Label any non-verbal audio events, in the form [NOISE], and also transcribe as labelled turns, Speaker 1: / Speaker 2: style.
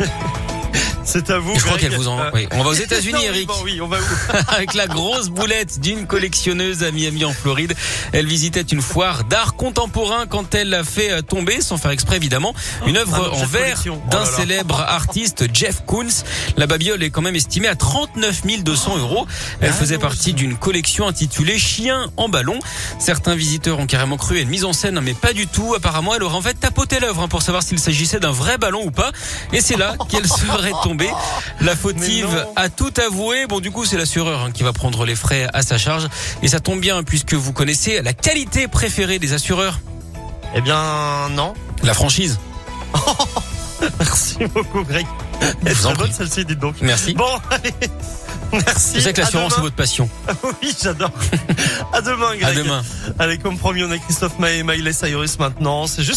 Speaker 1: [LAUGHS] C'est à vous.
Speaker 2: Je crois
Speaker 1: Greg.
Speaker 2: qu'elle
Speaker 1: [LAUGHS]
Speaker 2: vous en.
Speaker 1: Euh,
Speaker 2: Oui. On va aux États-Unis, Eric,
Speaker 1: énormément, Oui, on va où
Speaker 2: [LAUGHS] avec la grosse boulette d'une collectionneuse à Miami en Floride. Elle visitait une foire d'art contemporain quand elle a fait euh, tomber, sans faire exprès évidemment, une œuvre
Speaker 1: un objet
Speaker 2: en
Speaker 1: de
Speaker 2: verre
Speaker 1: Ah, collection. Oh là
Speaker 2: d'un
Speaker 1: là. [LAUGHS]
Speaker 2: célèbre artiste, Jeff Koons. La babiole est quand même estimée à 39 200 euros. Elle
Speaker 1: Ah,
Speaker 2: faisait partie d'une collection intitulée Chien en ballon. Certains visiteurs ont carrément cru à une mise en scène, mais pas du tout. Apparemment, elle aurait en fait tapoté l'œuvre hein, pour savoir s'il s'agissait d'un vrai ballon ou pas. Et c'est là qu'elle serait tombée. La
Speaker 1: Mais
Speaker 2: fautive
Speaker 1: non.
Speaker 2: a tout avoué. Bon, du coup, c'est l'assureur hein, qui va prendre les frais à sa charge. Et ça tombe bien puisque vous connaissez la qualité préférée des assureurs,
Speaker 1: Eh bien, non. [LAUGHS]
Speaker 2: la franchise.
Speaker 1: Merci beaucoup, Greg. Elle
Speaker 2: vous en
Speaker 1: est bonne
Speaker 2: prie.
Speaker 1: celle-ci, dites donc.
Speaker 2: Merci.
Speaker 1: Bon, allez. Merci.
Speaker 2: Je sais que
Speaker 1: À
Speaker 2: l'assurance est
Speaker 1: demain.
Speaker 2: votre passion.
Speaker 1: [LAUGHS] Oui, j'adore. à demain,
Speaker 2: À
Speaker 1: Greg.
Speaker 2: demain.
Speaker 1: Allez, comme promis, on a Christophe Maé, Maïlès Cyrus maintenant. C'est juste